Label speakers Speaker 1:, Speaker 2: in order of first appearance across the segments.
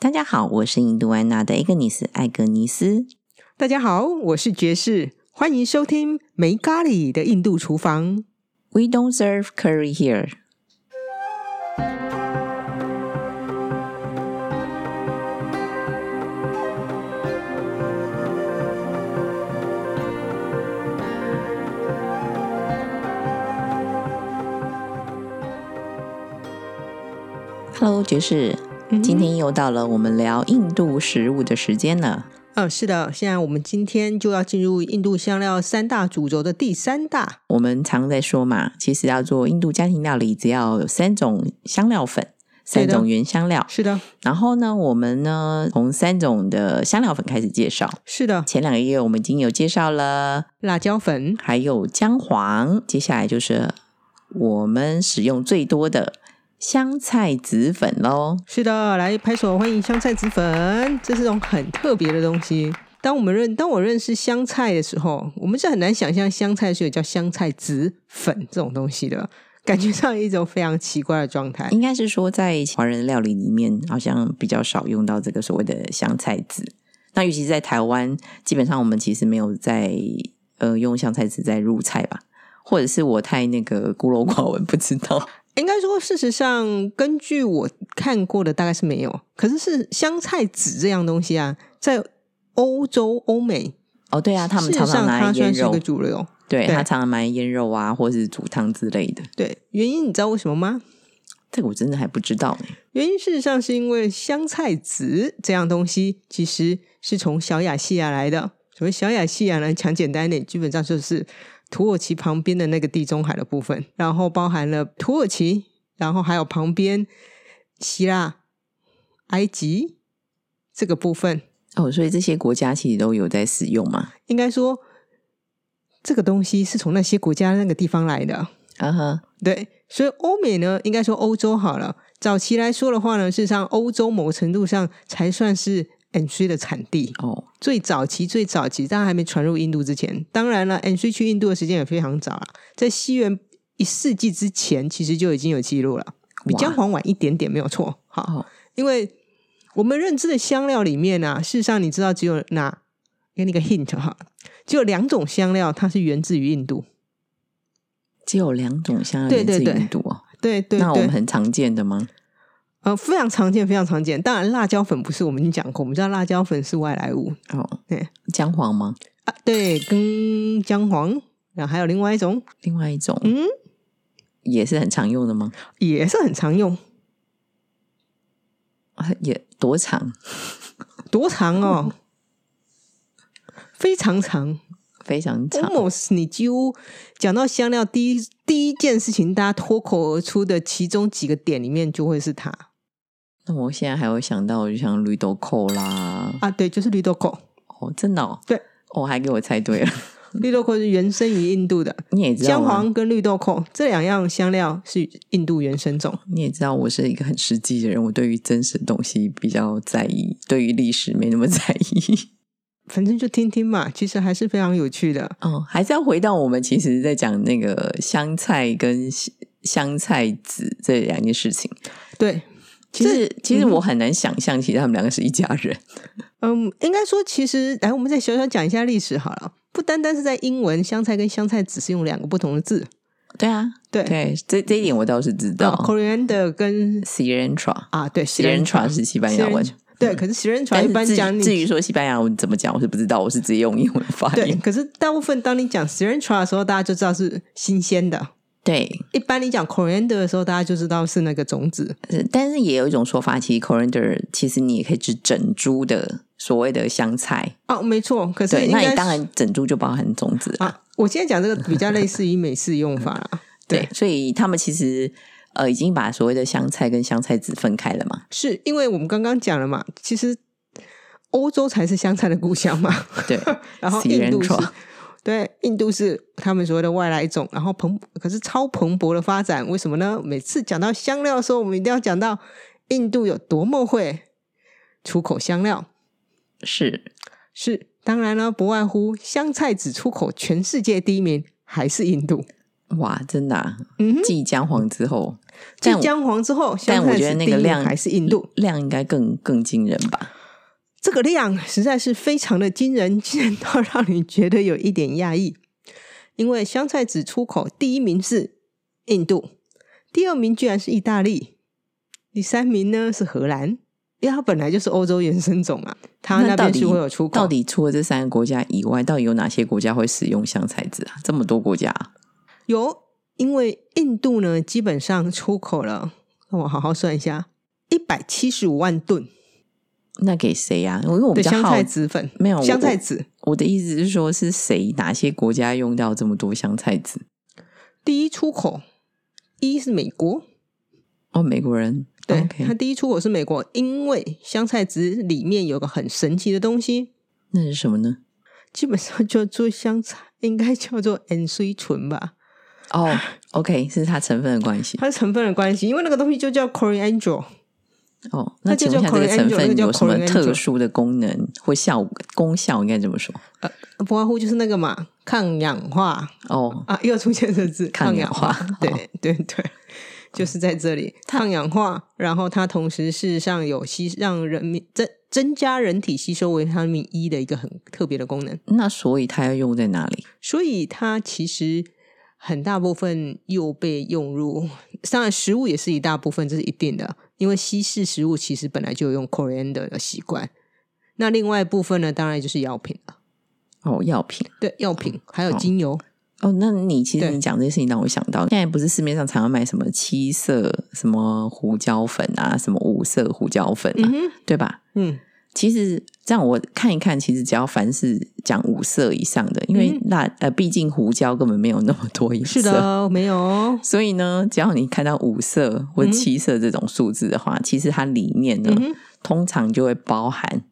Speaker 1: 大家好，我是印度安娜的 Agnes 艾格尼斯。
Speaker 2: 大家好，我是爵士，欢迎收听没咖喱的印度厨房。
Speaker 1: We don't serve curry here。Hello，爵士，今天又到了我们聊印度食物的时间了。
Speaker 2: 呃，是的，现在我们今天就要进入印度香料三大主轴的第三大。
Speaker 1: 我们常在说嘛，其实要做印度家庭料理，只要有三种香料粉，
Speaker 2: 对
Speaker 1: 三
Speaker 2: 的
Speaker 1: 种原香料。
Speaker 2: 是的，
Speaker 1: 然后呢，我们呢从三种的香料粉开始介绍。
Speaker 2: 是的，
Speaker 1: 前两个月我们已经有介绍了，
Speaker 2: 辣椒粉，
Speaker 1: 还有姜黄。接下来就是我们使用最多的香菜籽粉喽。
Speaker 2: 是的，来拍手欢迎香菜籽粉，这是种很特别的东西。当我们认当我认识香菜的时候，我们是很难想象香菜是有叫香菜籽粉这种东西的，感觉上一种非常奇怪的状态。
Speaker 1: 应该是说，在华人料理里面，好像比较少用到这个所谓的香菜籽。那尤其在台湾，基本上我们其实没有在呃用香菜籽在入菜吧，或者是我太那个孤陋寡闻，不知道。
Speaker 2: 应该说，事实上，根据我看过的，大概是没有。可是是香菜籽这样东西啊，在欧洲、欧美，
Speaker 1: 哦，对啊，他们
Speaker 2: 事
Speaker 1: 常
Speaker 2: 实
Speaker 1: 常
Speaker 2: 上
Speaker 1: 拿来
Speaker 2: 它
Speaker 1: 腌
Speaker 2: 算是一
Speaker 1: 肉
Speaker 2: 个，主流。
Speaker 1: 对
Speaker 2: 对
Speaker 1: 他常常拿来腌肉啊，或是煮汤之类的。
Speaker 2: 对，原因你知道为什么吗？
Speaker 1: 这个我真的还不知道呢。
Speaker 2: 原因事实上是因为香菜籽这样东西其实是从小亚细亚来的。所谓小亚细亚呢，讲简单一点，基本上就是土耳其旁边的那个地中海的部分，然后包含了土耳其，然后还有旁边希腊、埃及这个部分。
Speaker 1: 哦，所以这些国家其实都有在使用嘛。
Speaker 2: 应该说，这个东西是从那些国家那个地方来的。
Speaker 1: 啊哈，
Speaker 2: 对，所以欧美呢，应该说欧洲好了。早期来说的话呢，事实上欧洲某程度上才算是 N C 的产地。
Speaker 1: 哦，
Speaker 2: 最早期、最早期，当然还没传入印度之前，当然了，N C 去印度的时间也非常早了，在西元一世纪之前，其实就已经有记录了，比
Speaker 1: 哇
Speaker 2: 姜黄晚一点点，没有错。好，
Speaker 1: 哦，
Speaker 2: 因为我们认知的香料里面啊，事实上你知道只有哪？给你个 hint 哈，只有两种香料它是源自于印度。
Speaker 1: 只有两种香料
Speaker 2: 对
Speaker 1: 源自
Speaker 2: 对对
Speaker 1: 印度哦。
Speaker 2: 对对
Speaker 1: 那我
Speaker 2: 对
Speaker 1: 们，很常见的吗？
Speaker 2: 呃，非常常见，非常常见。当然，辣椒粉不是我们已经讲过，我们知道辣椒粉是外来物
Speaker 1: 哦，
Speaker 2: 对，
Speaker 1: 姜黄吗？
Speaker 2: 啊，对，跟姜黄，然后还有另外一种
Speaker 1: 另外一种，
Speaker 2: 嗯，
Speaker 1: 也是很常用的吗？
Speaker 2: 也是很常用，
Speaker 1: 啊也多长？
Speaker 2: 多长哦，非常长。
Speaker 1: 非常长。
Speaker 2: almost 你几乎讲到香料，第一第一件事情大家脱口而出的其中几个点里面就会是它
Speaker 1: 那我现在还有想到，就像绿豆蔻啦，
Speaker 2: 啊，对，就是绿豆蔻。
Speaker 1: 哦，真的、哦，
Speaker 2: 对
Speaker 1: 哦，还给我猜对了。
Speaker 2: 绿豆蔻是原生于印度的，
Speaker 1: 你也知道啊
Speaker 2: 姜
Speaker 1: 吗，
Speaker 2: 黄跟绿豆蔻这两样香料是印度原生种。
Speaker 1: 你也知道，我是一个很实际的人，我对于真实的东西比较在意，对于历史没那么在意。
Speaker 2: 反正就听听嘛，其实还是非常有趣的。
Speaker 1: 哦，还是要回到我们其实在讲那个香菜跟香香菜籽这两件事情。
Speaker 2: 对，
Speaker 1: 其实，其实
Speaker 2: 嗯哼
Speaker 1: 我很难想象，其实他们两个是一家人。
Speaker 2: 嗯，应该说，其实来，我们再小小讲一下历史好了。不单单是在英文，香菜跟香菜只是用两个不同的字。
Speaker 1: 对啊，
Speaker 2: 对，
Speaker 1: 对，这这一点我倒是知
Speaker 2: 啊
Speaker 1: 道。
Speaker 2: ，coriander 跟
Speaker 1: Sirentra，
Speaker 2: 啊，对，西
Speaker 1: Sirentra 是西班牙文。
Speaker 2: 对，可是西人
Speaker 1: 但
Speaker 2: 船
Speaker 1: 是
Speaker 2: 一般
Speaker 1: 至于
Speaker 2: 讲
Speaker 1: 至于
Speaker 2: 你。
Speaker 1: 说西班牙文怎么讲，我是不知道，我是直接用英文发
Speaker 2: 对，
Speaker 1: 音。
Speaker 2: 可是大部分当你讲 s i r e n t r a 的时候，大家就知道是新鲜的；
Speaker 1: 对，
Speaker 2: 一般你讲 coriander 的时候，大家就知道是那个种子。
Speaker 1: 是呃但是也有一种说法，其实 coriander 其实你也可以指整株的所谓的香菜。
Speaker 2: 哦，没错。可是
Speaker 1: 对，
Speaker 2: 应
Speaker 1: 那
Speaker 2: 该
Speaker 1: 你
Speaker 2: 是
Speaker 1: 当然整株就包含种子啊。
Speaker 2: 啊，我现在讲这个比较类似于美式用法啦。
Speaker 1: 对，所以他们其实呃已经把所谓的香菜跟香菜籽分开了嘛。
Speaker 2: 是因为我们刚刚讲了嘛，其实欧洲才是香菜的故乡 嘛，
Speaker 1: 对，
Speaker 2: 然后印度是
Speaker 1: Sirentra，
Speaker 2: 对，印度是他们所谓的外来种，然后蓬可是超蓬勃的发展，为什么呢？每次讲到香料的时候，我们一定要讲到印度有多么会出口香料，
Speaker 1: 是
Speaker 2: 是当然呢，不外乎香菜只出口全世界第一名还是印度，
Speaker 1: 哇，真的、啊，
Speaker 2: 嗯哼，
Speaker 1: 继姜黄之后，
Speaker 2: 继
Speaker 1: 但我
Speaker 2: 姜黄之后，
Speaker 1: 但
Speaker 2: 香
Speaker 1: 我
Speaker 2: 菜
Speaker 1: 觉得
Speaker 2: 籽
Speaker 1: 那
Speaker 2: 第
Speaker 1: 个
Speaker 2: 一
Speaker 1: 量
Speaker 2: 还是印度，
Speaker 1: 量应该更更惊人吧？
Speaker 2: 这个量实在是非常的惊人， 惊人到让你觉得有一点讶异。因为香菜籽出口第一名是印度，第二名居然是意大利，第三名呢是荷兰，因为它本来就是欧洲原生种啊，它
Speaker 1: 那到
Speaker 2: 边
Speaker 1: 底
Speaker 2: 是会有出口。
Speaker 1: 到底除了这三个国家以外，到底有哪些国家会使用香菜籽啊？这么多国家啊、
Speaker 2: 有，因为印度呢基本上出口了，让我好好算一下，一百七十五万吨
Speaker 1: 那给谁啊？因为我比
Speaker 2: 的
Speaker 1: 较
Speaker 2: 香
Speaker 1: 好
Speaker 2: 菜籽粉，
Speaker 1: 没有我
Speaker 2: 香菜籽。
Speaker 1: 我的意思是说，是谁哪些国家用到这么多香菜籽？
Speaker 2: 第一出口一是美国，
Speaker 1: 哦，美国人
Speaker 2: 对
Speaker 1: o k
Speaker 2: 它第一出口是美国，因为香菜籽里面有个很神奇的东西，
Speaker 1: 那是什么呢？
Speaker 2: 基本上叫做香菜，应该叫做 N C 醇吧，
Speaker 1: 哦、o k 是它成分的关系。
Speaker 2: 它是成分的关系，因为那个东西就叫 coriander。
Speaker 1: 哦，
Speaker 2: 那
Speaker 1: 那
Speaker 2: 就
Speaker 1: 请问一
Speaker 2: 叫
Speaker 1: 下，这个成
Speaker 2: Korean Angel，那
Speaker 1: 分
Speaker 2: 叫
Speaker 1: 有什么
Speaker 2: Korean
Speaker 1: 特
Speaker 2: Angel
Speaker 1: 殊的功能或效功效？应该怎么说？
Speaker 2: 不外乎就是那个嘛，抗氧化
Speaker 1: 哦，
Speaker 2: 啊，又出现这字，
Speaker 1: 抗
Speaker 2: 抗
Speaker 1: 氧
Speaker 2: 氧
Speaker 1: 化
Speaker 2: 化，对对对，就是在这里抗氧化，然后它同时事实上有吸让人民增增加人体吸收维他命 E 的一个很特别的功能。
Speaker 1: 那所以它要用在哪里？
Speaker 2: 所以它其实很大部分又被用入，当然食物也是一大部分，这是一定的，因为西式食物其实本来就有用 coriander 的习惯。那另外一部分呢，当然就是药品了，
Speaker 1: 哦，药品。
Speaker 2: 对，药品还有精油，
Speaker 1: 哦，那你其实
Speaker 2: 对
Speaker 1: 你讲这件事情让我想到，现在不是市面上常常卖什么七色什么胡椒粉啊，什么五色胡椒粉啊，
Speaker 2: 嗯哼，
Speaker 1: 对吧？
Speaker 2: 嗯，
Speaker 1: 其实这样我看一看，其实只要凡是讲五色以上的，因为
Speaker 2: 嗯
Speaker 1: 那、呃，毕竟胡椒根本没有那么多颜色，
Speaker 2: 是的，哦没有，
Speaker 1: 所以呢，只要你看到五色或七色这种数字的话，其实它里面呢，
Speaker 2: 嗯嗯哼，
Speaker 1: 通常就会包含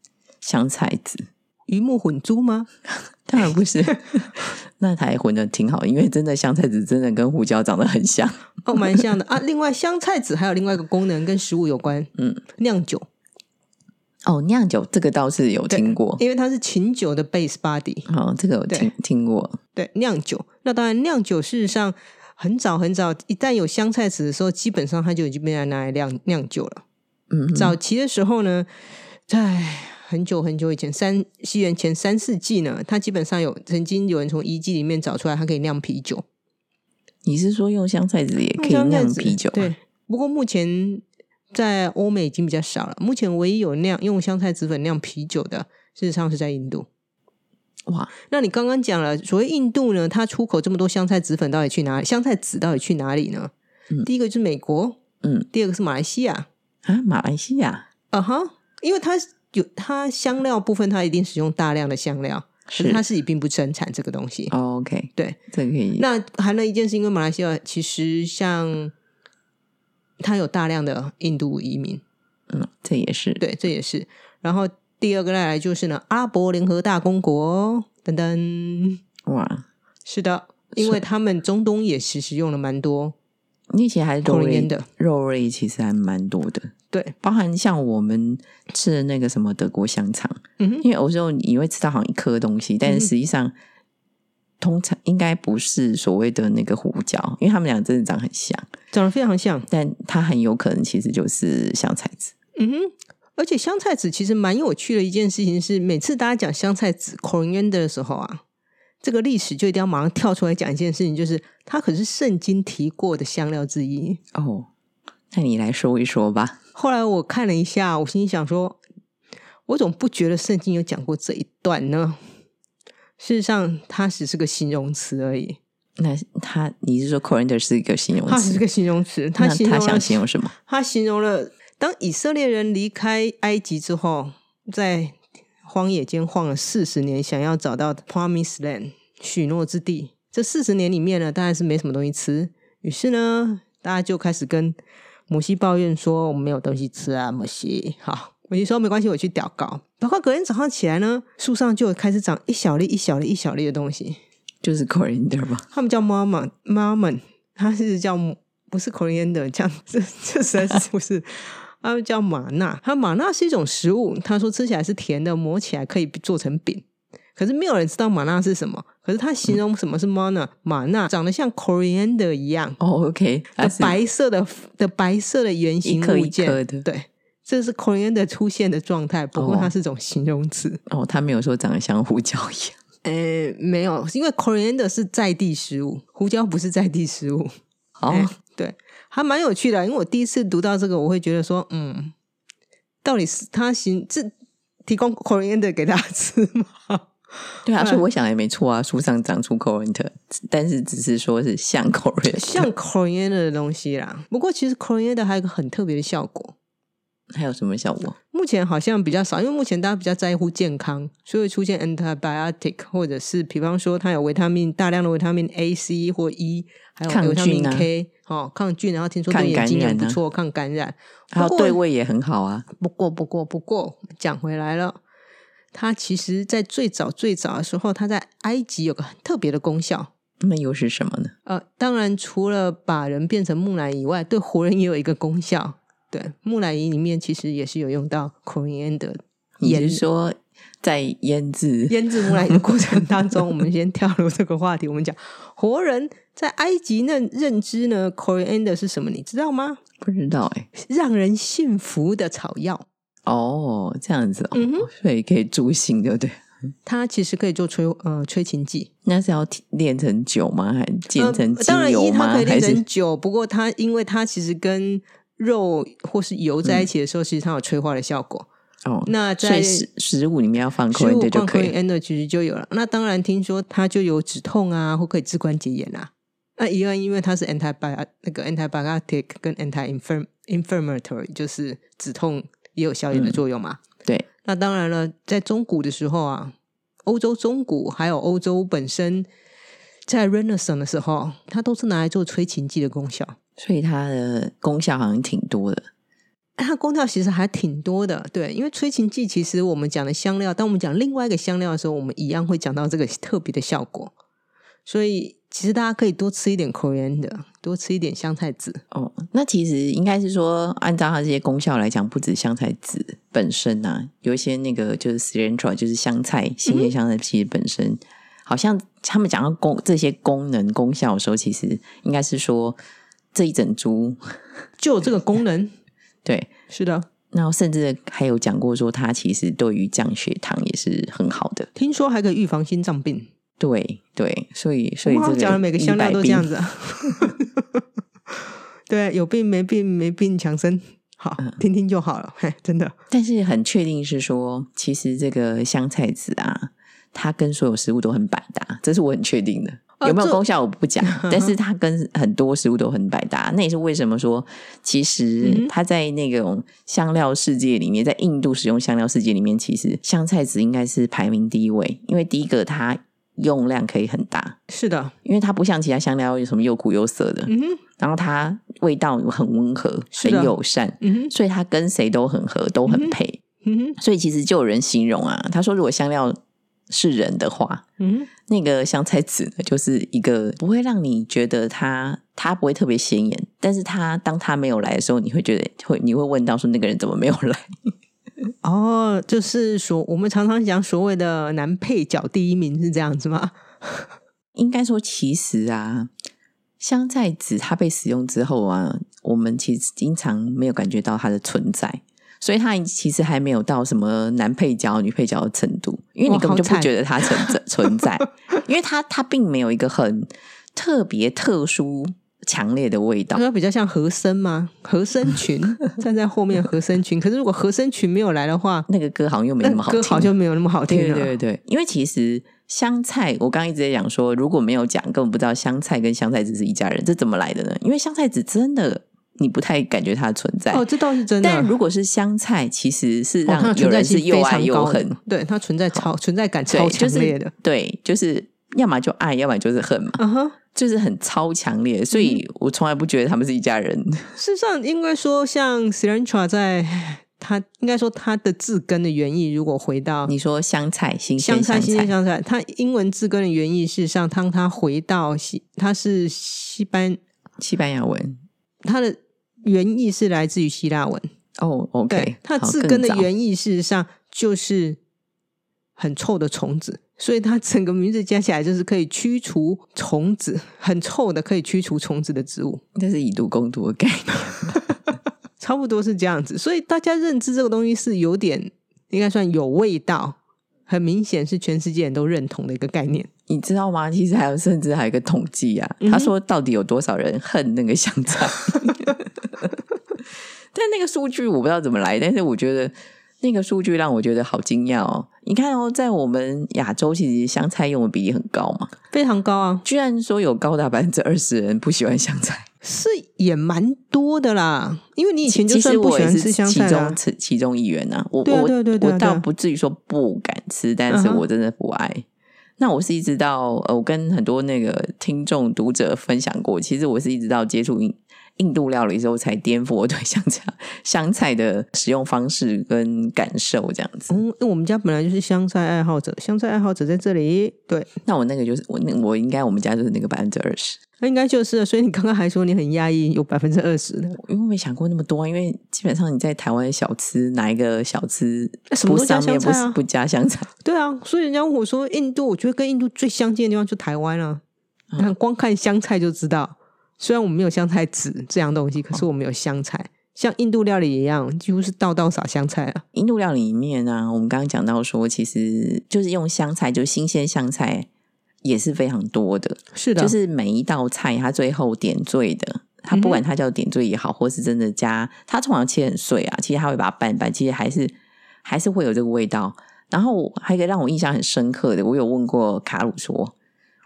Speaker 1: 香菜籽。
Speaker 2: 鱼目混珠吗？
Speaker 1: 当然不是， 那它也混的挺好，因为真的香菜籽真的跟胡椒长得很像。
Speaker 2: 哦，蛮像的啊。另外，香菜籽还有另外一个功能跟食物有关，
Speaker 1: 嗯，
Speaker 2: 酿酒，
Speaker 1: 哦，酿酒这个倒是有
Speaker 2: 对
Speaker 1: 听过，
Speaker 2: 因为它是琴酒的 base body，
Speaker 1: 哦，这个有听听过。
Speaker 2: 对，酿酒。那当然，酿酒事实上很早很早，一旦有香菜籽的时候，基本上它就已经被拿来酿酿酒了。
Speaker 1: 嗯哼，
Speaker 2: 早期的时候呢，在很久很久以前，三西元前三世纪呢，它基本上有曾经有人从遗迹里面找出来，它可以酿啤酒，
Speaker 1: 你是说用香菜籽也可以
Speaker 2: 香菜
Speaker 1: 酿
Speaker 2: 籽
Speaker 1: 啤酒、啊？
Speaker 2: 对，不过目前在欧美已经比较少了。目前唯一有酿用香菜籽粉酿啤酒的，事实上是在印度。
Speaker 1: 哇，
Speaker 2: 那你刚刚讲了，所谓印度呢，它出口这么多香菜籽粉到底去哪里？香菜籽到底去哪里呢？
Speaker 1: 嗯
Speaker 2: 第一个就是美国，
Speaker 1: 嗯，
Speaker 2: 第二个是马来西亚，
Speaker 1: 啊，马来西亚
Speaker 2: 啊哈，因为它有它香料部分，它一定使用大量的香料，可
Speaker 1: 是
Speaker 2: 它自己并不生产这个东西。
Speaker 1: 哦 OK，
Speaker 2: 对，
Speaker 1: 这个可以。
Speaker 2: 那还有一件事，因为马来西亚其实像它有大量的印度移民，
Speaker 1: 嗯，这也是
Speaker 2: 对，这也是。然后第二个再来就是呢，阿拉伯联合大公国等等，
Speaker 1: 哇，
Speaker 2: 是的，因为他们中东也其实用了蛮多，
Speaker 1: 你以前还是肉
Speaker 2: Korean
Speaker 1: 类
Speaker 2: 的
Speaker 1: 肉类其实还蛮多的，
Speaker 2: 对，
Speaker 1: 包含像我们吃的那个什么德国香肠，
Speaker 2: 嗯哼，
Speaker 1: 因为有时候你会吃到好像一颗东西，
Speaker 2: 嗯
Speaker 1: 但是实际上、通常应该不是所谓的那个胡椒，因为他们俩真的长很像，
Speaker 2: 长得非常像，
Speaker 1: 但它很有可能其实就是香菜籽。
Speaker 2: 嗯哼。而且香菜籽其实蛮有趣的一件事情是，每次大家讲香菜籽 coriander 的时候啊，这个历史就一定要马上跳出来讲一件事情，就是它可是圣经提过的香料之一。
Speaker 1: 哦，那你来说一说吧。
Speaker 2: 后来我看了一下，我心里想说，我总不觉得圣经有讲过这一段呢。事实上，它只是个形容词而已，
Speaker 1: 那它你是说 coriander 是一个形容
Speaker 2: 它只是
Speaker 1: 词？
Speaker 2: 个形容词。它
Speaker 1: 那
Speaker 2: 形容
Speaker 1: 它
Speaker 2: 了
Speaker 1: 想形容什么？
Speaker 2: 他形容了当以色列人离开埃及之后，在荒野间晃了四十年，想要找到 Promised Land 许诺之地。这四十年里面呢，当然是没什么东西吃。于是呢，大家就开始跟摩西抱怨说：“我们没有东西吃啊，摩西。”好，摩西说：“没关系，我去祷告。”祷告隔天早上起来呢，树上就开始长一小粒、一小粒、一小粒的东西。
Speaker 1: 就是 coriander 吧。
Speaker 2: 他们叫 Mormon Mormon，他是叫不是 Coriander，这样 这这实在是不是？他们叫玛纳，它玛纳是一种食物，他说吃起来是甜的，磨起来可以做成饼。可是没有人知道玛纳是什么。可是他形容什么是玛纳、玛纳长得像 coriander 一样，
Speaker 1: 哦，OK，它是
Speaker 2: 白色的的白色的圆
Speaker 1: 一
Speaker 2: 形
Speaker 1: 颗
Speaker 2: 物
Speaker 1: 一
Speaker 2: 件，
Speaker 1: 颗的，
Speaker 2: 对，这是 coriander 出现的状态。不过
Speaker 1: 哦
Speaker 2: 它是种形容词，
Speaker 1: 哦，它没有说长得像胡椒一样。
Speaker 2: 呃，没有，因为 coriander 是在地食物，胡椒不是在地食物。
Speaker 1: 哦，
Speaker 2: 哎对，还蛮有趣的。啊因为我第一次读到这个，我会觉得说，嗯，到底是他行这提供 coriander 给大家 吃吗？
Speaker 1: 对
Speaker 2: 嗯
Speaker 1: 啊，所以我想也没错啊，树上长出 coriander，但是只是说是像 coriander，
Speaker 2: 像 coriander 的东西啦。不过其实 coriander 还有一个很特别的效果，
Speaker 1: 还有什么效果？
Speaker 2: 目前好像比较少，因为目前大家比较在乎健康，所以会出现 antibiotic，或者是比方说它有维他命大量的维他命 A、C 或 E，还有
Speaker 1: 抗
Speaker 2: 维他命
Speaker 1: 菌啊
Speaker 2: K，、哦，抗菌，然后听说
Speaker 1: 抗
Speaker 2: 对眼睛
Speaker 1: 感
Speaker 2: 也
Speaker 1: 染
Speaker 2: 不
Speaker 1: 啊
Speaker 2: 错，抗感染。
Speaker 1: 还有
Speaker 2: 不过
Speaker 1: 对味也很好啊。
Speaker 2: 不过，不过，不过，讲回来了，它其实在最早最早的时候，它在埃及有个很特别的功效。
Speaker 1: 那又是什么呢？
Speaker 2: 呃，当然除了把人变成木乃伊以外，对活人也有一个功效。对，木乃伊里面其实也是有用到 coriander
Speaker 1: 你
Speaker 2: 腌
Speaker 1: 是说在腌制？
Speaker 2: 腌制木乃伊的过程当中，我们先跳入这个话题，我们讲活人在埃及那认知呢，coriander 是什么？你知道吗？
Speaker 1: 不知道哎、
Speaker 2: 让人信服的草药。
Speaker 1: 哦，这样子哦，
Speaker 2: 嗯哼
Speaker 1: 所以可以助兴，对不对？
Speaker 2: 它其实可以做催呃催情剂，
Speaker 1: 那是要炼成酒吗？还
Speaker 2: 呃
Speaker 1: 煎成精
Speaker 2: 当然一
Speaker 1: 油吗？
Speaker 2: 它可以
Speaker 1: 还
Speaker 2: 炼
Speaker 1: 是
Speaker 2: 成酒，不过它因为它其实跟肉或是油在一起的时候，其实它有催化的效果。
Speaker 1: 哦？
Speaker 2: 那
Speaker 1: 嗯所
Speaker 2: 在
Speaker 1: 以
Speaker 2: 食
Speaker 1: 食食物里面要放 c o
Speaker 2: 物
Speaker 1: r 就
Speaker 2: 放
Speaker 1: 可以
Speaker 2: n d 其实就有了。那当然，听说它就有止痛啊，或可以治关节炎啊。那一样，因为它是 antibiotic 那个 antibiotic 跟 anti inflam inflammatory，就是止痛也有消炎
Speaker 1: 嗯
Speaker 2: 的作用嘛。
Speaker 1: 对，
Speaker 2: 那当然了，在中古的时候啊，欧洲中古还有欧洲本身，在 Renaissance 的时候，它都是拿来做催情剂的功效。
Speaker 1: 所以它的功效好像挺多的。
Speaker 2: 哎它功效其实还挺多的，对，因为催情剂其实我们讲的香料，当我们讲另外一个香料的时候，我们一样会讲到这个特别的效果。所以其实大家可以多吃一点 coriander，多吃一点香菜籽。
Speaker 1: 哦，那其实应该是说，按照它这些功效来讲，不止香菜籽本身啊，有一些那个就是 cilantro，就是香菜，新
Speaker 2: 嗯
Speaker 1: 鲜香菜其实本身，好像他们讲到功这些功能功效的时候，其实应该是说这一整株，
Speaker 2: 就有这个功能，
Speaker 1: 对，
Speaker 2: 是的。
Speaker 1: 然后甚至还有讲过说，它其实对于降血糖也是很好的，
Speaker 2: 听说还可以预防心脏病。
Speaker 1: 对对，所以所以
Speaker 2: 我
Speaker 1: 这
Speaker 2: 好像
Speaker 1: 个
Speaker 2: 讲的每个香料都
Speaker 1: 100
Speaker 2: 这样
Speaker 1: 病，
Speaker 2: 子、啊。 对，有病没病，没病强身，好
Speaker 1: 嗯
Speaker 2: 听听就好了。嘿，真的，
Speaker 1: 但是很确定是说，其实这个香菜籽啊，它跟所有食物都很百搭，这是我很确定的。
Speaker 2: 啊
Speaker 1: 有没有
Speaker 2: 这
Speaker 1: 功效我不 讲，但是它跟很多食物都很百搭，那也是为什么说，其
Speaker 2: 嗯
Speaker 1: 实
Speaker 2: 哼
Speaker 1: 它在那种香料世界里面，在印度使用香料世界里面，其实香菜籽应该是排名第一位，因为第一个它用量可以很大，
Speaker 2: 是的，
Speaker 1: 因为它不像其他香料有什么又苦又涩的，
Speaker 2: 嗯哼，
Speaker 1: 然后它味道很温和，
Speaker 2: 是
Speaker 1: 很
Speaker 2: 的
Speaker 1: 友善，
Speaker 2: 嗯哼，
Speaker 1: 所以它跟谁都很合，都很配。
Speaker 2: 嗯哼，
Speaker 1: 所以其实就有人形容啊，他说如果香料是人的话，
Speaker 2: 嗯哼，
Speaker 1: 那个香菜籽呢，就是一个不会让你觉得它它不会特别显眼，但是它当它没有来的时候，你会觉得会你会问到说那个人怎么没有来？
Speaker 2: 哦，就是所我们常常讲所谓的男配角第一名是这样子吗？
Speaker 1: 应该说，其实啊，香菜籽它被使用之后啊，我们其实经常没有感觉到它的存在，所以它其实还没有到什么男配角、女配角的程度，因为
Speaker 2: 哇
Speaker 1: 你根本就
Speaker 2: 好
Speaker 1: 不
Speaker 2: 惨
Speaker 1: 觉得它存在存在，因为它它并没有一个很特别、特殊、强烈的味道。
Speaker 2: 那比较像和声吗？和声群站在后面，和声群。可是如果和声群没有来的话，
Speaker 1: 那个歌好像又没
Speaker 2: 那
Speaker 1: 那么好
Speaker 2: 歌
Speaker 1: 听，
Speaker 2: 好像没有那么好听
Speaker 1: 对
Speaker 2: 了。
Speaker 1: 对对，因为其实香菜，我刚刚一直在讲说，如果没有讲，根本不知道香菜跟香菜籽是一家人，这怎么来的呢？因为香菜籽真的你不太感觉它的存在，
Speaker 2: 哦，这倒是真的。
Speaker 1: 但如果是香菜，其实是
Speaker 2: 哦它
Speaker 1: 让
Speaker 2: 的
Speaker 1: 有
Speaker 2: 存在
Speaker 1: 人
Speaker 2: 性
Speaker 1: 是又
Speaker 2: 非
Speaker 1: 爱
Speaker 2: 常
Speaker 1: 又
Speaker 2: 高的
Speaker 1: 恨，，
Speaker 2: 对它存在超存在感
Speaker 1: 对，
Speaker 2: 超
Speaker 1: 就
Speaker 2: 强烈
Speaker 1: 是
Speaker 2: 的。
Speaker 1: 对，就是要么就爱，要么就是恨 嘛，
Speaker 2: 嗯哼。
Speaker 1: 就是很超强
Speaker 2: 嗯
Speaker 1: 烈，所以我从来不觉得他们是一家人。
Speaker 2: 事实上，应该说，像 Cilantro 在 它应该说它的字根的原意，如果回到
Speaker 1: 你说香菜，新
Speaker 2: 香
Speaker 1: 鲜
Speaker 2: 菜、新鲜
Speaker 1: 香菜
Speaker 2: 香菜，它英文字根的原意，事实上，当它回到西，它是西班，
Speaker 1: 西班牙文
Speaker 2: 它的原意是来自于希腊文。
Speaker 1: 哦，OK，
Speaker 2: 对，它
Speaker 1: 好
Speaker 2: 字
Speaker 1: 更
Speaker 2: 根的
Speaker 1: 早
Speaker 2: 原意事实上就是很臭的虫子，所以它整个名字加起来就是可以驱除虫子，很臭的可以驱除虫子的植物。
Speaker 1: 这是以毒攻毒的概念。
Speaker 2: 差不多是这样子，所以大家认知这个东西是有点应该算有味道，很明显是全世界人都认同的一个概念。
Speaker 1: 你知道吗？其实还有，甚至还有一个统计啊，
Speaker 2: 嗯哼
Speaker 1: 他说到底有多少人恨那个香菜？ 但那个数据我不知道怎么来，但是我觉得那个数据让我觉得好惊讶哦！你看哦，在我们亚洲，其实香菜用的比例很高嘛，
Speaker 2: 非常高啊，
Speaker 1: 居然说有高达百分之二十人不喜欢香菜。
Speaker 2: 是也蛮多的啦。因为你以前就
Speaker 1: 其
Speaker 2: 算
Speaker 1: 实
Speaker 2: 不
Speaker 1: 我
Speaker 2: 喜
Speaker 1: 也
Speaker 2: 欢
Speaker 1: 是
Speaker 2: 吃香
Speaker 1: 其
Speaker 2: 菜啊啦
Speaker 1: 中，其其中一员呐、我
Speaker 2: 对啊对啊对啊
Speaker 1: 我
Speaker 2: 对啊
Speaker 1: 我
Speaker 2: 对啊
Speaker 1: 倒不至于说不敢吃，但是
Speaker 2: 嗯哼
Speaker 1: 我真的不爱。那我是一直到呃，我跟很多那个听众读者分享过，其实我是一直到接触印印度料理之后，才颠覆我对香菜香菜的使用方式跟感受这样子。
Speaker 2: 嗯，因为我们家本来就是香菜爱好者，香菜爱好者在这里，对，
Speaker 1: 那我那个就是我那我应该我们家就是那个百分之二十，
Speaker 2: 那应该就是了。所以你刚刚还说你很压抑，有百分之二十的
Speaker 1: 我因为没想过那么多啊，因为基本上你在台湾的小吃哪一个小吃
Speaker 2: 什么
Speaker 1: 不
Speaker 2: 都加
Speaker 1: 上面
Speaker 2: 香
Speaker 1: 不
Speaker 2: 菜
Speaker 1: 是
Speaker 2: 啊
Speaker 1: 不加香菜？
Speaker 2: 对啊，所以人家问我说印度，我觉得跟印度最相近的地方就台湾啊。
Speaker 1: 嗯
Speaker 2: 你看，光看香菜就知道，虽然我们没有香菜籽这样东西，
Speaker 1: 嗯
Speaker 2: 可是我们有香菜。像印度料理一样，几乎是道道撒香菜啊。
Speaker 1: 印度料理里面呢、我们刚刚讲到说，其实就是用香菜，就是新鲜香菜也是非常多的，
Speaker 2: 是
Speaker 1: 就
Speaker 2: 就是
Speaker 1: 是每一道菜它最后点缀的，它
Speaker 2: 嗯哼
Speaker 1: 不管它叫点缀也好，或是真的加，它通常切很碎啊，其实它会把它拌一拌，其实还是还是会有这个味道。然后还有一个让我印象很深刻的，我有问过卡鲁说，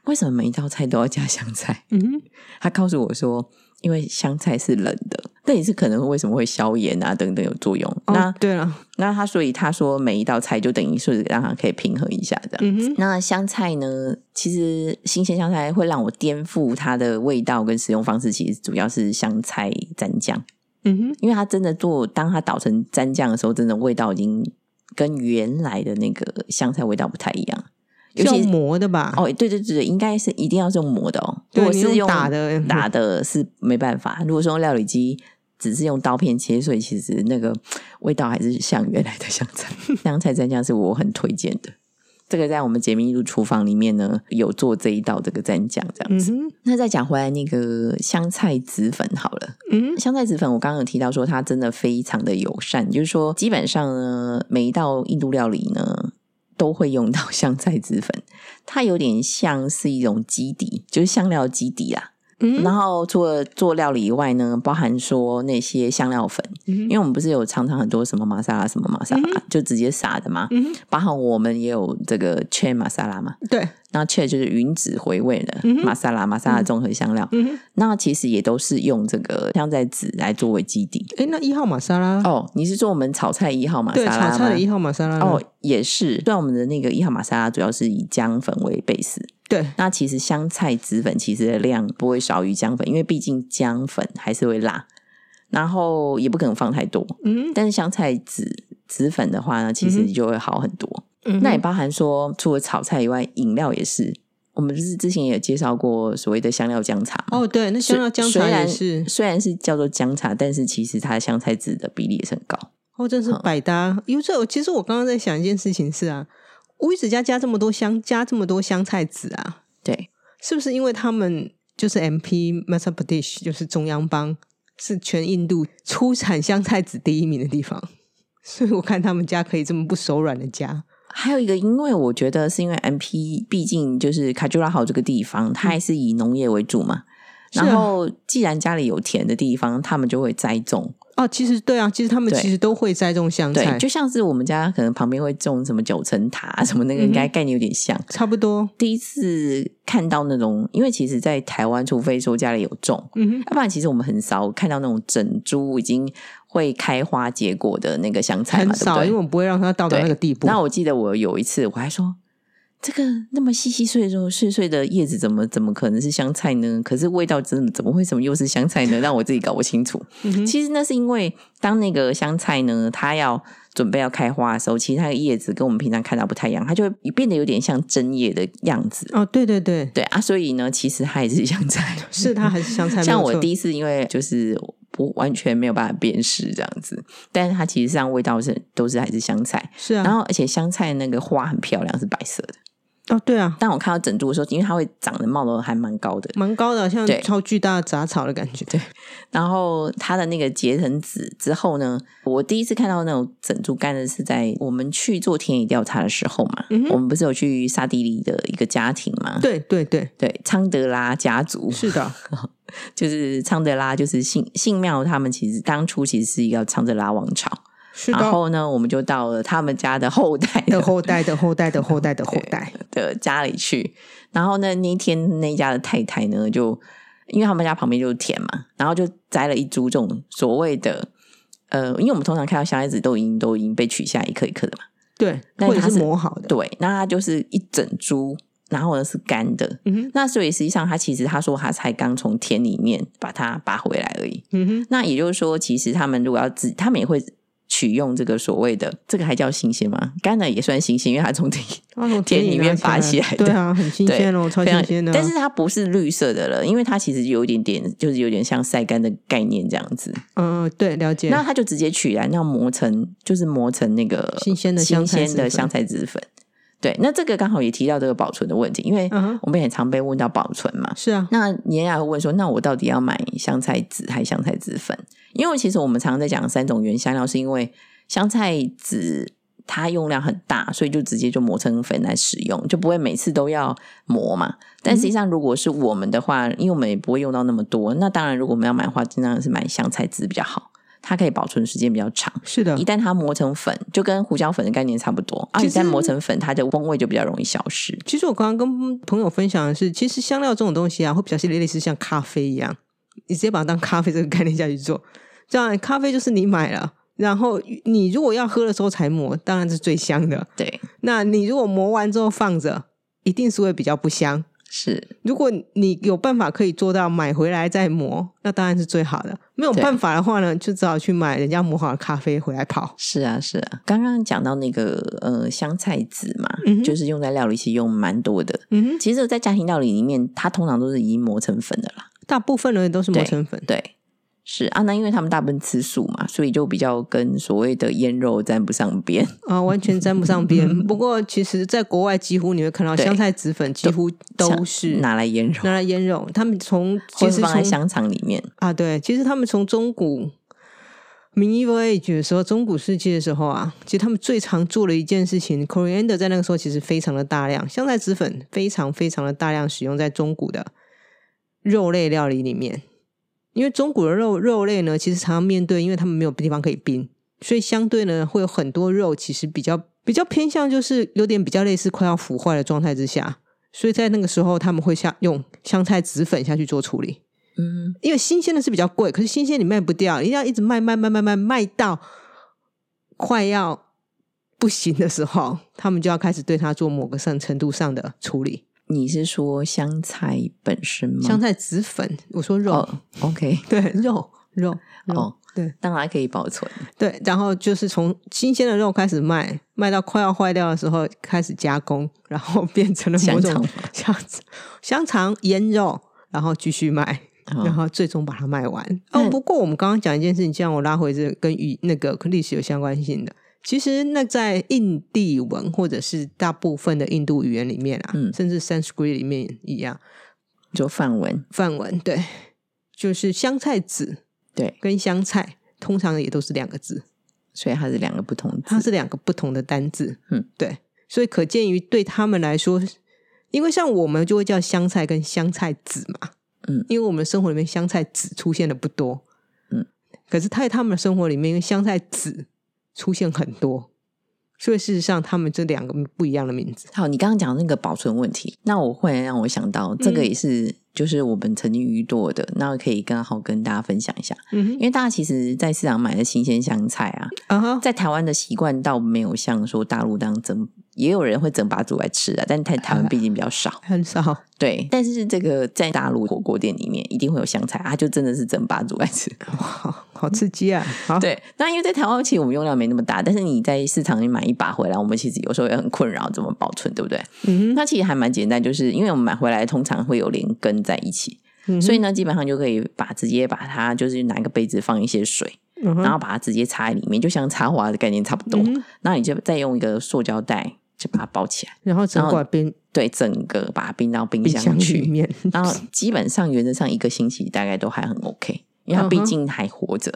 Speaker 1: 为什么每一道菜都要加香菜？
Speaker 2: 嗯哼，
Speaker 1: 他告诉我说，因为香菜是冷的，那也是可能为什么会消炎啊等等有作用。那
Speaker 2: 哦、对了，
Speaker 1: 那他所以他说每一道菜就等于是让它可以平衡一下这样。
Speaker 2: 嗯哼，
Speaker 1: 那香菜呢？其实新鲜香菜会让我颠覆它的味道跟使用方式，其实主要是香菜蘸酱，
Speaker 2: 嗯哼，
Speaker 1: 因为它真的做当它捣成蘸酱的时候，真的味道已经跟原来的那个香菜味道不太一样。尤
Speaker 2: 是
Speaker 1: 其
Speaker 2: 用磨的吧？
Speaker 1: 哦，对对对对，应该是一定要是用磨的哦。如
Speaker 2: 对，
Speaker 1: 果
Speaker 2: 你
Speaker 1: 是
Speaker 2: 用打的，
Speaker 1: 打的是没办法。如果说用料理机只是用刀片切碎，其实那个味道还是像原来的香菜。 香菜蘸酱是我很推荐的。这个在我们杰明路厨房里面呢，有做这一道这个蘸酱这样
Speaker 2: 嗯
Speaker 1: 子。
Speaker 2: 哼，
Speaker 1: 那再讲回来那个香菜籽粉好了，
Speaker 2: 嗯哼，
Speaker 1: 香菜籽粉，我刚刚有提到说它真的非常的友善，就是说基本上呢，每一道印度料理呢都会用到香菜籽粉，它有点像是一种基底，就是香料基底啊。
Speaker 2: 嗯
Speaker 1: 然后除了做料理以外呢，包含说那些香料粉，因
Speaker 2: 嗯哼，嗯
Speaker 1: 为我们不是有常常很多什么玛莎拉什么玛莎拉，就直接撒的嘛。
Speaker 2: 嗯哼，
Speaker 1: 包含我们也有这个 c h e 玛莎拉嘛，
Speaker 2: 对，
Speaker 1: 那 c h e 就是云子回味的
Speaker 2: 嗯哼
Speaker 1: 玛莎拉，玛莎拉综合香料。
Speaker 2: 嗯哼，
Speaker 1: 那其实也都是用这个香菜籽来作为基底。
Speaker 2: 哎，那一号玛莎拉，
Speaker 1: 哦，你是做我们炒菜一号玛
Speaker 2: 对，
Speaker 1: 莎拉吗？
Speaker 2: 炒菜的一号玛莎拉呢，
Speaker 1: 哦，也是。虽然我们的那个一号玛莎拉主要是以姜粉为 base，
Speaker 2: 对，
Speaker 1: 那其实香菜籽粉其实的量不会少于姜粉，因为毕竟姜粉还是会辣，然后也不可能放太多。
Speaker 2: 嗯
Speaker 1: 但是香菜籽籽粉的话呢，其
Speaker 2: 嗯
Speaker 1: 实
Speaker 2: 哼
Speaker 1: 就会好很多。
Speaker 2: 嗯哼，
Speaker 1: 那也包含说，除了炒菜以外，饮料也是。我们不是之前也有介绍过所谓的香料姜茶吗？
Speaker 2: 哦，对，那香料姜
Speaker 1: 虽
Speaker 2: 茶
Speaker 1: 虽
Speaker 2: 也
Speaker 1: 然
Speaker 2: 是，
Speaker 1: 虽然是叫做姜茶，但是其实它的香菜籽的比例也是很高。
Speaker 2: 哦，真是百搭。因为这我其实我刚刚在想一件事情是啊，乌鱼子家加这么多香，加这么多香菜籽啊，
Speaker 1: 对，
Speaker 2: 是不是因为他们就是 MP m a s a p a d e s h 就是中央邦，是全印度出产香菜籽第一名的地方，所以我看他们家可以这么不手软的加。
Speaker 1: 还有一个，因为我觉得是因为 MP，毕竟就是卡朱拉好这个地方，它还是以农业为主嘛。
Speaker 2: 嗯是啊
Speaker 1: 然后，既然家里有田的地方，他们就会栽种。
Speaker 2: 哦，其实对啊，其实他们
Speaker 1: 对
Speaker 2: 其实都会栽种香
Speaker 1: 对，
Speaker 2: 菜，
Speaker 1: 就像是我们家可能旁边会种什么九层塔啊什么那个，
Speaker 2: 嗯
Speaker 1: 应该概念有点像。
Speaker 2: 差不多。
Speaker 1: 第一次看到那种，因为其实，在台湾，除非说家里有种，
Speaker 2: 嗯哼，
Speaker 1: 要不然其实我们很少看到那种整株已经会开花结果的那个香菜嘛，对
Speaker 2: 很
Speaker 1: 不
Speaker 2: 少，
Speaker 1: 对
Speaker 2: 因为？我们不会让它到达
Speaker 1: 对
Speaker 2: 那个地步。
Speaker 1: 那我记得我有一次我还说，这个那么细细碎碎碎碎的叶子，怎么怎么可能是香菜呢？可是味道真的怎么会怎么又是香菜呢？让我自己搞不清楚。
Speaker 2: 嗯哼
Speaker 1: 其实那是因为当那个香菜呢，它要准备要开花的时候，其实它的叶子跟我们平常看到不太一样，它就会变得有点像针叶的样子。
Speaker 2: 哦，对对对，
Speaker 1: 对啊，所以呢，其实它也是香菜。
Speaker 2: 是它还是香菜？没
Speaker 1: 像
Speaker 2: 有
Speaker 1: 我
Speaker 2: 错
Speaker 1: 第一次因为就是不完全没有办法辨识这样子，但是它其实上味道是都是还是香菜，
Speaker 2: 是
Speaker 1: 然
Speaker 2: 啊，
Speaker 1: 后而且香菜那个花很漂亮，是白色的。
Speaker 2: 哦，对啊，
Speaker 1: 但我看到整株的时候，因为它会长得冒得还蛮高的，
Speaker 2: 蛮高的，好像
Speaker 1: 对
Speaker 2: 超巨大的杂草的感觉。对，
Speaker 1: 然后它的那个结成籽之后呢，我第一次看到那种整株干的是在我们去做田野调查的时候嘛，
Speaker 2: 嗯哼
Speaker 1: 我们不是有去沙地里的一个家庭嘛？
Speaker 2: 对对对，
Speaker 1: 对，昌德拉家族
Speaker 2: 是的，
Speaker 1: 就是昌德拉，就是信信庙，他们其实当初其实是一个昌德拉王朝，
Speaker 2: 是
Speaker 1: 然
Speaker 2: 的。
Speaker 1: 后呢，我们就到了他们家的后代
Speaker 2: 的
Speaker 1: 的
Speaker 2: 后代的后代的后代的后代，
Speaker 1: 的家里去。然后呢，那一天那一家的太太呢，就因为他们家旁边就是田嘛，然后就摘了一株这种所谓的呃，因为我们通常看到小孩子都已经都已经被取下一颗一颗的嘛，
Speaker 2: 对，
Speaker 1: 那
Speaker 2: 或者
Speaker 1: 它
Speaker 2: 是
Speaker 1: 是
Speaker 2: 磨好的，
Speaker 1: 对，那它就是一整株，然后呢是干的。
Speaker 2: 嗯哼，
Speaker 1: 那所以实际上，他其实他说他才刚从田里面把它拔回来而已。
Speaker 2: 嗯哼，
Speaker 1: 那也就是说，其实他们如果要自，他们也会取用这个所谓的这个还叫新鲜吗？干的也算新鲜，因为它 从田
Speaker 2: 它哦从
Speaker 1: 田里
Speaker 2: 拿
Speaker 1: 面拔
Speaker 2: 来
Speaker 1: 起来的
Speaker 2: 对啊，很新
Speaker 1: 对
Speaker 2: 鲜哦，超
Speaker 1: 非常
Speaker 2: 新鲜的啊。
Speaker 1: 但是它不是绿色的了，因为它其实有一点点，就是有点像晒干的概念这样子。
Speaker 2: 嗯，对，了解。
Speaker 1: 那它就直接取来，那磨成就是磨成那个
Speaker 2: 新鲜的香
Speaker 1: 新
Speaker 2: 菜
Speaker 1: 鲜的
Speaker 2: 籽粉
Speaker 1: 香菜籽粉。对，那这个刚好也提到这个保存的问题，因为
Speaker 2: 嗯哼
Speaker 1: 我们也常被问到保存嘛。
Speaker 2: 是啊，
Speaker 1: 那你也会问说，那我到底要买香菜籽还是香菜籽粉？因为其实我们常常在讲三种原香料，是因为香菜籽它用量很大，所以就直接就磨成粉来使用，就不会每次都要磨嘛。但实
Speaker 2: 嗯
Speaker 1: 际上，如果是我们的话，因为我们也不会用到那么多，那当然如果我们要买的话，尽量是买香菜籽比较好，它可以保存时间比较长。
Speaker 2: 是的
Speaker 1: 一，旦它磨成粉，就跟胡椒粉的概念差不多啊。
Speaker 2: 嗯其
Speaker 1: 一
Speaker 2: 实
Speaker 1: 旦磨成粉，它的风味就比较容易消失。
Speaker 2: 其实我刚刚跟朋友分享的是，其实香料这种东西啊，会比较是类似像咖啡一样，你直接把它当咖啡这个概念下去做。这样咖啡就是你买了，然后你如果要喝的时候才磨，当然是最香的。
Speaker 1: 对，
Speaker 2: 那你如果磨完之后放着，一定是会比较不香。
Speaker 1: 是。
Speaker 2: 如果你有办法可以做到买回来再磨，那当然是最好的。没有办法的话呢，就只好去买人家磨好的咖啡回来泡。
Speaker 1: 是啊，是啊，刚刚讲到那个呃香菜籽嘛，
Speaker 2: 嗯哼
Speaker 1: 就是用在料理其实用蛮多的。
Speaker 2: 嗯哼，
Speaker 1: 其实，在家庭料理里面，它通常都是已经磨成粉的啦。
Speaker 2: 大部分的人都是磨成粉。
Speaker 1: 对，是啊，那因为他们大部分吃素嘛，所以就比较跟所谓的腌肉沾不上边。
Speaker 2: 啊、完全沾不 上边。不过，其实在国外几乎你会看到
Speaker 1: 嗯对
Speaker 2: 香菜籽粉几乎都是
Speaker 1: 拿来腌肉，
Speaker 2: 拿来腌肉，他们从
Speaker 1: 或
Speaker 2: 其
Speaker 1: 是
Speaker 2: 实
Speaker 1: 放在
Speaker 2: 从
Speaker 1: 香肠里面。
Speaker 2: 啊，对，其实他们从中古 medieval age 的时候，中古世纪的时候啊，其实他们最常做的一件事情，coriander 在那个时候其实非常的大量，香菜籽粉非常非常的大量使用在中古的肉类料理里面，因为中古的肉肉类呢，其实常常面对，因为他们没有地方可以冰，所以相对呢，会有很多肉其实比较比较偏向就是有点比较类似快要腐坏的状态之下。所以在那个时候，他们会下用香菜籽粉下去做处理。
Speaker 1: 嗯，
Speaker 2: 因为新鲜的是比较贵，可是新鲜你卖不掉，一定要一直卖卖卖卖卖卖到快要不行的时候，他们就要开始对它做某个上程度上的处理。
Speaker 1: 你是说香菜本身吗？
Speaker 2: 香菜籽粉，我说肉，
Speaker 1: 哦，OK，
Speaker 2: 对肉肉肉
Speaker 1: 哦，
Speaker 2: 对
Speaker 1: 当然可以保存。
Speaker 2: 对，然后就是从新鲜的肉开始卖，卖到快要坏掉的时候开始加工，然后变成了某
Speaker 1: 香肠
Speaker 2: 种
Speaker 1: 吗
Speaker 2: 香香肠腌肉，然后继续卖。然
Speaker 1: 哦，
Speaker 2: 后最终把它卖完。
Speaker 1: 那
Speaker 2: 哦，不过我们刚刚讲一件事情，这样我拉回这个跟与那个历史有相关性的。其实那在印地文或者是大部分的印度语言里面啊，
Speaker 1: 嗯
Speaker 2: 甚至 Sanskrit 里面一样，
Speaker 1: 就范文，
Speaker 2: 梵文对，就是香菜籽
Speaker 1: 对，
Speaker 2: 跟香菜通常也都是两个字，
Speaker 1: 所以它是两个不同字。
Speaker 2: 它是两个不同的单字。
Speaker 1: 嗯，
Speaker 2: 对，所以可见于对他们来说，因为像我们就会叫香菜跟香菜籽嘛，
Speaker 1: 嗯，
Speaker 2: 因为我们生活里面香菜籽出现的不多，
Speaker 1: 嗯，
Speaker 2: 可是在他们的生活里面，因为香菜籽出现很多，所以事实上他们这两个不一样的名字。
Speaker 1: 好，你刚刚讲那个保存问题，那我忽然让我想到，这个也是、就是我们曾经遇到的，那可以刚好跟大家分享一下，
Speaker 2: 嗯
Speaker 1: 因为大家其实，在市场买的新鲜香菜啊，
Speaker 2: 啊哈，
Speaker 1: 在台湾的习惯倒没有像说大陆当整，也有人会整把煮来吃啊，但台台湾毕竟比较少，
Speaker 2: 很少
Speaker 1: 对。但是这个在大陆火锅店里面一定会有香菜，它就真的是整把煮来吃。
Speaker 2: 哇，好好刺激啊！好，
Speaker 1: 对，那因为在台湾其实我们用量没那么大，但是你在市场里买一把回来，我们其实有时候也很困扰怎么保存，对不对？
Speaker 2: 嗯哼，
Speaker 1: 那其实还蛮简单，就是因为我们买回来通常会有连根在一起，
Speaker 2: 嗯哼
Speaker 1: 所以呢，基本上就可以把直接把它就是拿一个杯子放一些水，
Speaker 2: 嗯哼
Speaker 1: 然后把它直接插在里面，就像插花的概念差不多。
Speaker 2: 嗯哼
Speaker 1: 那你就再用一个塑胶袋就把它包起来，
Speaker 2: 然后整
Speaker 1: 然后
Speaker 2: 管冰
Speaker 1: 对，整个把它冰到冰
Speaker 2: 冰
Speaker 1: 箱
Speaker 2: 箱里
Speaker 1: 去。
Speaker 2: 面，
Speaker 1: 然后基本上原则上一个星期大概都还很 OK，因为它
Speaker 2: 嗯哼
Speaker 1: 毕竟还活着。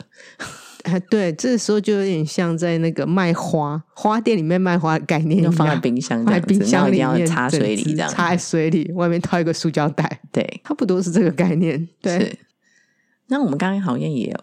Speaker 2: 啊，对，这时候就有点像在那个卖花花店里面卖花的概念一
Speaker 1: 就
Speaker 2: 样，
Speaker 1: 放在冰箱这
Speaker 2: 放在
Speaker 1: 样子
Speaker 2: 冰，
Speaker 1: 然后
Speaker 2: 箱
Speaker 1: 一
Speaker 2: 里
Speaker 1: 定要
Speaker 2: 面
Speaker 1: 插水
Speaker 2: 整
Speaker 1: 里
Speaker 2: 只
Speaker 1: 这样。
Speaker 2: 插在水里，外面套一个塑胶 袋，
Speaker 1: 对，
Speaker 2: 差不多是这个概念。 对，
Speaker 1: 是。那我们刚刚好像也有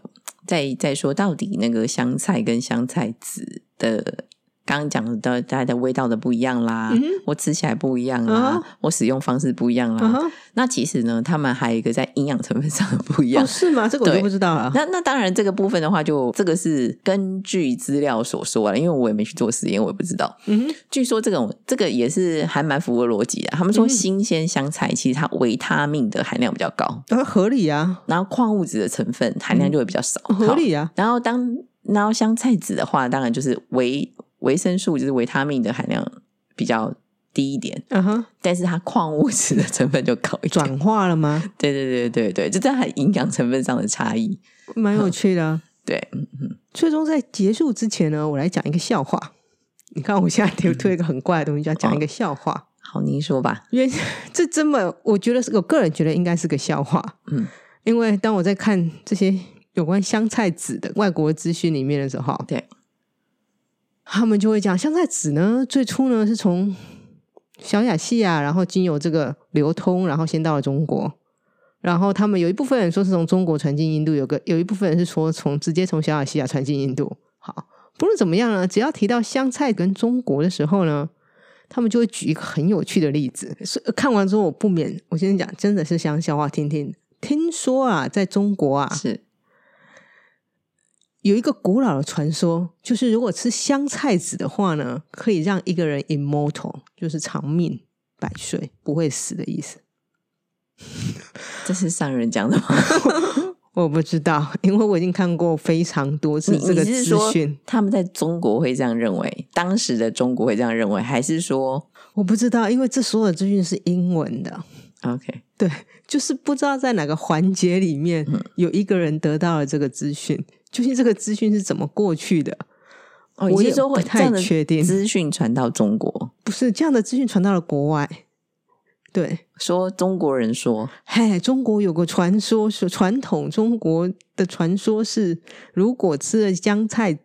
Speaker 1: 在在说，到底那个香菜跟香菜籽的，刚刚讲的大家的味道的不一样啦，
Speaker 2: 嗯哼
Speaker 1: 我吃起来不一样啦，
Speaker 2: 啊
Speaker 1: 我使用方式不一样啦。
Speaker 2: 啊哈，
Speaker 1: 那其实呢，他们还有一个在营养成分上的不一样
Speaker 2: 哦，。是吗？这个我
Speaker 1: 对
Speaker 2: 就不知道了。
Speaker 1: 那那当然，这个部分的话就，这个是根据资料所说了，因为我也没去做实验，我也不知道。
Speaker 2: 嗯哼，
Speaker 1: 据说这种这个也是还蛮符合逻辑的。他们说
Speaker 2: 嗯
Speaker 1: 新鲜香菜其实它维他命的含量比较高，
Speaker 2: 啊，合理啊，
Speaker 1: 然后矿物质的成分含量就会比较少，
Speaker 2: 嗯合
Speaker 1: 好。
Speaker 2: 理啊，
Speaker 1: 然后当然后香菜籽的话，当然就是维维生素就是维他命的含量比较低一点，
Speaker 2: 啊哈，
Speaker 1: 但是它矿物质的成分就高一点。
Speaker 2: 转化了吗？
Speaker 1: 对对对对对，就在它营养成分上的差异。
Speaker 2: 蛮
Speaker 1: 嗯
Speaker 2: 有趣的啊。
Speaker 1: 对，嗯嗯，
Speaker 2: 最终在结束之前呢，我来讲一个笑话。你看，我
Speaker 1: 嗯
Speaker 2: 现在推推一个很怪的东西，就要讲一个笑话。
Speaker 1: 好，您说吧。
Speaker 2: 因为 这真的，我觉得是我个人觉得应该是个笑话。
Speaker 1: 嗯，
Speaker 2: 因为当我在看这些有关香菜籽的外国资讯里面的时候，
Speaker 1: 对，
Speaker 2: 他们就会讲香菜籽呢，最初呢是从小亚细亚，然后经由这个流通，然后先到了中国。然后他们有一部分人说是从中国传进印度，有个有一部分人是说从直接从小亚细亚传进印度。好，不论怎么样呢，只要提到香菜跟中国的时候呢，他们就会举一个很有趣的例子。所以看完之后，我不免我先讲，真的是想笑话听听。听说啊，在中国啊，
Speaker 1: 是
Speaker 2: 有一个古老的传说，就是如果吃香菜籽的话呢，可以让一个人 immortal，就是长命百岁，不会死的意思。
Speaker 1: 这是上人讲的吗？
Speaker 2: 我不知道， 因为我已经看过非常多次
Speaker 1: 你
Speaker 2: 这个
Speaker 1: 你
Speaker 2: 资
Speaker 1: 是说
Speaker 2: 讯，
Speaker 1: 他们在中国会这样认为，当时的中国会这样认为，还是说
Speaker 2: 我不知道，因为这所有的资讯是英文的，
Speaker 1: OK？
Speaker 2: 对，就是不知道在哪个环节里面
Speaker 1: 嗯
Speaker 2: 有一个人得到了这个资讯，究竟这个资讯是怎么过去的？
Speaker 1: 哦，
Speaker 2: 我
Speaker 1: 你
Speaker 2: 也
Speaker 1: 是说会
Speaker 2: 不
Speaker 1: 这样
Speaker 2: 太
Speaker 1: 的
Speaker 2: 确定，
Speaker 1: 资讯传到中国，
Speaker 2: 不是这样的资讯传到了国外，对，
Speaker 1: 说中国人说
Speaker 2: 嗨，中国有个传说，是传统中国的传说是，如果吃了香菜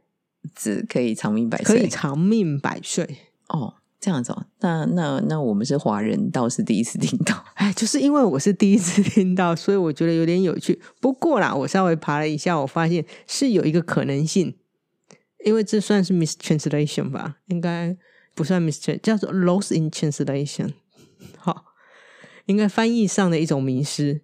Speaker 1: 只可以长命百
Speaker 2: 可以
Speaker 1: 岁，
Speaker 2: 长命百岁。
Speaker 1: 哦，这样子哦，那那那我们是华人，倒是第一次听到。
Speaker 2: 哎，就是因为我是第一次听到，所以我觉得有点有趣。不过啦，我稍微爬了一下，我发现是有一个可能性，因为这算是 mistranslation 吧，应该不算 mistran，叫做 loss in translation。好， 应该翻译上的一种迷失。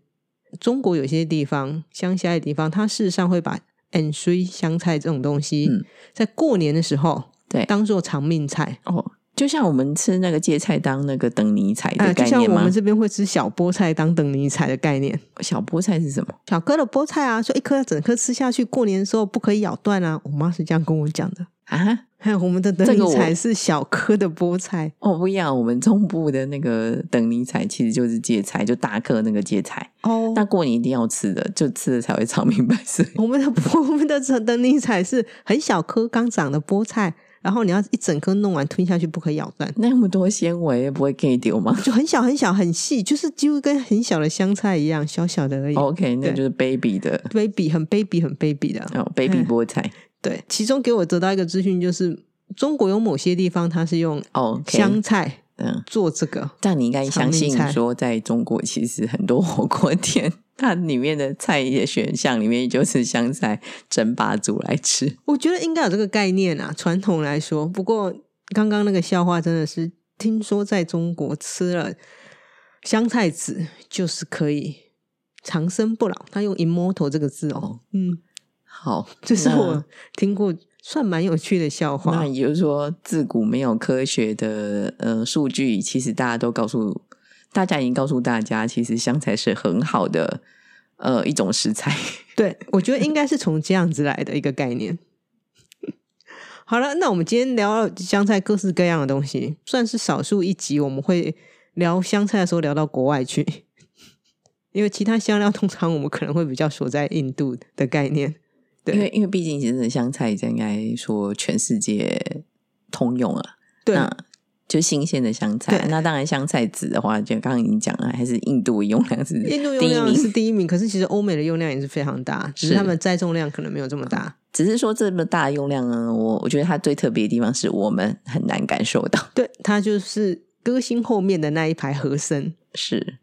Speaker 2: 中国有些地方，乡下的地方，它事实上会把 and 香菜这种东西，
Speaker 1: 嗯
Speaker 2: 在过年的时候
Speaker 1: 对
Speaker 2: 当做长命菜。
Speaker 1: 哦，就像我们吃那个芥菜当那个等尼菜
Speaker 2: 哎、
Speaker 1: 的
Speaker 2: 就
Speaker 1: 概
Speaker 2: 像
Speaker 1: 念
Speaker 2: 我
Speaker 1: 吗？
Speaker 2: 们这边会吃小菠菜当等尼菜的概念。
Speaker 1: 小菠菜是什么？
Speaker 2: 小颗的菠菜啊，说一颗整颗吃下去，过年的时候不可以咬断啊。我妈是这样跟我讲的。
Speaker 1: 啊，
Speaker 2: 还有我们的等
Speaker 1: 这个
Speaker 2: 你
Speaker 1: 我
Speaker 2: 才是小颗的菠菜，
Speaker 1: 哦，不一样，我们中部的那个等尼菜其实就是芥菜，就大颗那个芥菜，
Speaker 2: 哦
Speaker 1: 那过年一定要吃的，就吃了才会长命百岁。
Speaker 2: 我们的 我们的等你才是很小颗刚长的菠菜，然后你要一整颗弄完吞下去，不可以咬断，
Speaker 1: 那么多纤维不会给丢吗
Speaker 2: 就很小很小很细，就是几乎跟很小的香菜一样，小小的而已。
Speaker 1: ？OK，那
Speaker 2: 对
Speaker 1: 就是 baby 的
Speaker 2: baby 很 baby 很 baby 的，
Speaker 1: 哦，baby
Speaker 2: 嗯
Speaker 1: 菠菜。
Speaker 2: 对。其中给我得到一个资讯，就是中国有某些地方它是用
Speaker 1: OK，
Speaker 2: 香菜
Speaker 1: 嗯，
Speaker 2: 做这个，
Speaker 1: 但你应该相信
Speaker 2: 长命菜
Speaker 1: 说，在中国 其实很多火锅店， 它里面的菜的选项里面就是香菜整把煮来吃。
Speaker 2: 我觉得应该有这个概念啊，传统来说。不过刚刚那个笑话真的是，听说在中国吃了香菜籽就是可以长生不老，他用 immortal 这个字哦
Speaker 1: 哦，
Speaker 2: 嗯，
Speaker 1: 好，
Speaker 2: 这是
Speaker 1: 那
Speaker 2: 我听过算蛮有趣的笑话
Speaker 1: 那。也就是说，自古没有科学的呃数据，其实大家都告诉大家已经告诉大家，其实香菜是很好的呃一种食材。
Speaker 2: 对，我觉得应该是从这样子来的一个概念。 好了，那我们今天聊了香菜各式各样的东西，算是少数一集我们会聊香菜的时候聊到国外去，因为其他香料通常我们可能会比较锁在印度的概念。对
Speaker 1: 因为因为毕竟其实香菜应该说全世界通用啊，
Speaker 2: 对，
Speaker 1: 那就新鲜的香菜
Speaker 2: 对。
Speaker 1: 那当然香菜籽的话，就刚刚已经讲了，还是印度用量是
Speaker 2: 印度用
Speaker 1: 第一
Speaker 2: 量
Speaker 1: 名
Speaker 2: 是。第一名，可是其实欧美的用量也是非常大，只
Speaker 1: 是嗯
Speaker 2: 是他们栽种量可能没有这么大。
Speaker 1: 只是说这么大用量呢，我我觉得它最特别的地方是我们很难感受到，
Speaker 2: 对，它就是歌星后面的那一排和声。
Speaker 1: 是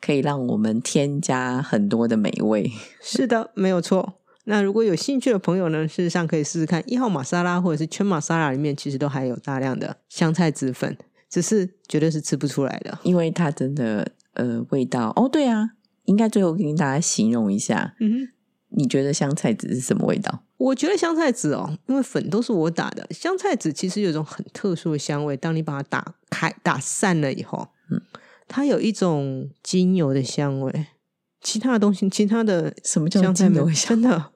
Speaker 1: 可以让我们添加很多的美味。
Speaker 2: 是的，没有错。那如果有兴趣的朋友呢，事实上可以试试看一号玛莎拉或者是圈玛莎拉里面，其实都含有大量的香菜籽粉，只是绝对是吃不出来的。
Speaker 1: 因为它真的呃味道哦，对啊，应该最后跟大家形容一下，
Speaker 2: 嗯
Speaker 1: 你觉得香菜籽是什么味道？
Speaker 2: 我觉得香菜籽哦，因为粉都是我打的，香菜籽其实有一种很特殊的香味，当你把它打开、打散了以后，
Speaker 1: 嗯
Speaker 2: 它有一种精油的香味。其他的东西，其他的
Speaker 1: 什么叫
Speaker 2: 香菜
Speaker 1: 精
Speaker 2: 没有
Speaker 1: 油香？
Speaker 2: 真的，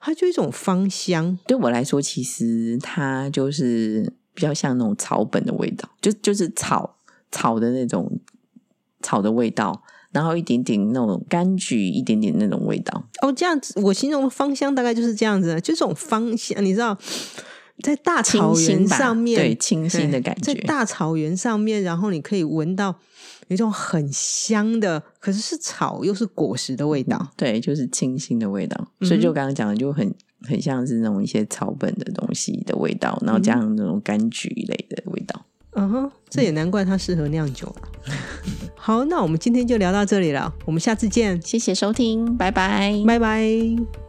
Speaker 2: 它就一种芳香。
Speaker 1: 对我来说，其实它就是比较像那种草本的味道，就就是草草的那种草的味道，然后一点点那种柑橘，一点点那种味道。
Speaker 2: 哦，这样子，我形容的芳香大概就是这样子的，就这种芳香，你知道，在大
Speaker 1: 清
Speaker 2: 草原
Speaker 1: 新吧，
Speaker 2: 上面，
Speaker 1: 对清新的感觉
Speaker 2: 在，大草原上面，然后你可以闻到有一种很香的，可是是草又是果实的味道。
Speaker 1: 对，就是清新的味道。
Speaker 2: 嗯哼
Speaker 1: 所以就刚刚讲的，就很很像是那种一些草本的东西的味道，然后加上那种柑橘类的味道。
Speaker 2: 嗯哼，这也难怪它适合酿酒了。 好，那我们今天就聊到这里了，我们下次见，
Speaker 1: 谢谢收听，拜拜。
Speaker 2: 拜拜。